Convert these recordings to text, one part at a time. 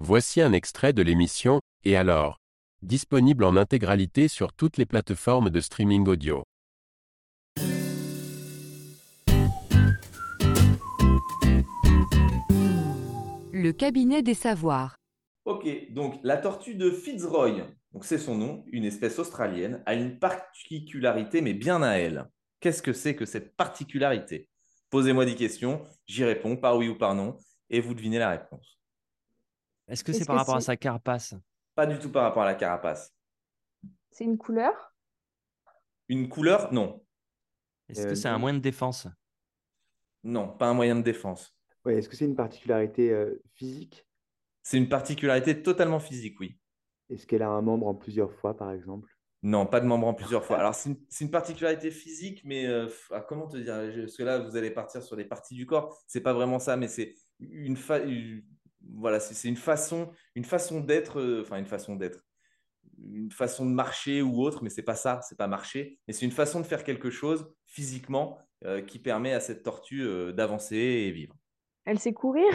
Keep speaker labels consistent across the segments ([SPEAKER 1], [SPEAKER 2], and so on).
[SPEAKER 1] Voici un extrait de l'émission Et alors disponible en intégralité sur toutes les plateformes de streaming audio.
[SPEAKER 2] Le cabinet des savoirs.
[SPEAKER 3] Ok, donc la tortue de Fitzroy, donc c'est son nom, une espèce australienne, a une particularité, mais bien à elle. Qu'est-ce que c'est que cette particularité Posez-moi des questions, j'y réponds par oui ou par non, et vous devinez la réponse.
[SPEAKER 4] Est-ce que c'est
[SPEAKER 5] Est-ce
[SPEAKER 4] par
[SPEAKER 5] que
[SPEAKER 4] rapport à
[SPEAKER 5] c'est-
[SPEAKER 4] sa carapace
[SPEAKER 3] Pas du tout par rapport à la carapace.
[SPEAKER 5] C'est une couleur
[SPEAKER 3] Une couleur Non,
[SPEAKER 4] Est-ce
[SPEAKER 6] Euh,
[SPEAKER 4] que c'est un
[SPEAKER 6] non.
[SPEAKER 4] moyen de défense
[SPEAKER 3] non, pas un moyen de défense.
[SPEAKER 6] Ouais, est-ce que c'est une particularité euh, physique?
[SPEAKER 3] C'est une particularité totalement physique, oui.
[SPEAKER 6] Est-ce qu'elle a un membre en plusieurs fois, par exemple?
[SPEAKER 3] Non, pas de membre en plusieurs fois. Alors, c'est une, c'est une particularité physique, mais euh, f- ah, comment te dire? je- Parce que là, vous allez partir sur des parties du corps. C'est pas vraiment ça, mais c'est une, fa- une- voilà, c'est c'est une façon, une façon d'être, euh, enfin, une façon d'être, une façon de marcher ou autre, mais c'est pas ça, c'est pas marcher. Mais c'est une façon de faire quelque chose physiquement euh, qui permet à cette tortue euh, d'avancer et vivre.
[SPEAKER 5] Elle sait courir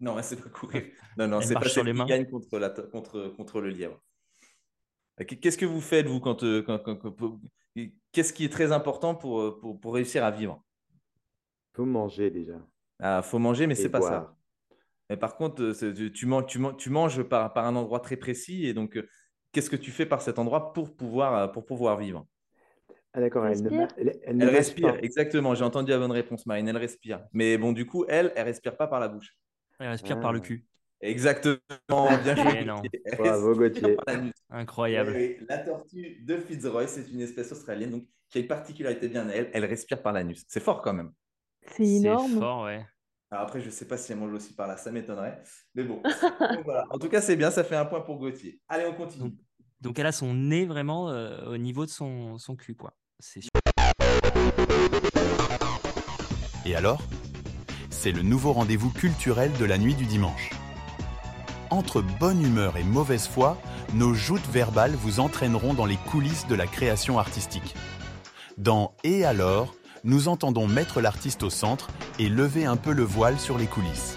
[SPEAKER 3] Non, hein, c'est pas courir. Non, non,
[SPEAKER 4] Elle
[SPEAKER 3] c'est pas
[SPEAKER 4] marche sur
[SPEAKER 3] celle
[SPEAKER 4] les
[SPEAKER 3] qui
[SPEAKER 4] mains.
[SPEAKER 3] gagne contre, la to- contre, contre le lièvre. Euh, qu- Qu'est-ce que vous faites, vous, quand, euh, quand- quand- quand- qu'est-ce qui est très important pour, euh, pour, pour réussir à vivre?
[SPEAKER 6] Faut manger déjà
[SPEAKER 3] Ah, faut manger, mais
[SPEAKER 6] et
[SPEAKER 3] c'est pas ça.
[SPEAKER 6] boire.
[SPEAKER 3] Mais par contre, euh, c'est- tu, tu man- tu man- tu manges par, par un endroit très précis, et donc, euh, qu'est-ce que tu fais par cet endroit pour pouvoir, euh, pour pouvoir vivre?
[SPEAKER 6] Ah d'accord, elle ne, ma-
[SPEAKER 5] Respire.
[SPEAKER 6] elle, elle ne
[SPEAKER 3] Elle
[SPEAKER 6] mange
[SPEAKER 3] respire,
[SPEAKER 6] pas.
[SPEAKER 3] exactement. J'ai entendu la bonne réponse, Marine. Elle respire. Mais bon, du coup, elle, elle respire pas par la bouche.
[SPEAKER 4] Elle respire par le
[SPEAKER 6] Ah.
[SPEAKER 4] cul.
[SPEAKER 3] Exactement. Bien joué.
[SPEAKER 4] Eh non.
[SPEAKER 3] Gauthier. Elle
[SPEAKER 6] Bravo Gauthier.
[SPEAKER 3] respire par la nuque.
[SPEAKER 4] Incroyable.
[SPEAKER 3] Eh oui, la tortue de Fitzroy, c'est une espèce australienne donc, qui a une particularité bien à elle, elle respire par l'anus. C'est fort quand même.
[SPEAKER 5] C'est énorme.
[SPEAKER 4] fort, ouais.
[SPEAKER 3] Alors après, je ne sais pas si elle mange aussi par là, ça m'étonnerait. Mais bon, Donc voilà. en tout cas, c'est bien, ça fait un point pour Gauthier. Allez, on continue.
[SPEAKER 4] Donc elle a son nez vraiment euh, au niveau de son, son cul, quoi. C'est sûr.
[SPEAKER 7] Et alors C'est le nouveau rendez-vous culturel de la nuit du dimanche. Entre bonne humeur et mauvaise foi, nos joutes verbales vous entraîneront dans les coulisses de la création artistique. Dans Et alors, nous entendons mettre l'artiste au centre et lever un peu le voile sur les coulisses.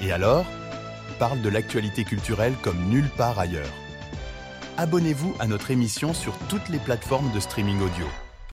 [SPEAKER 7] Et alors parle de l'actualité culturelle comme nulle part ailleurs. Abonnez-vous à notre émission sur toutes les plateformes de streaming audio.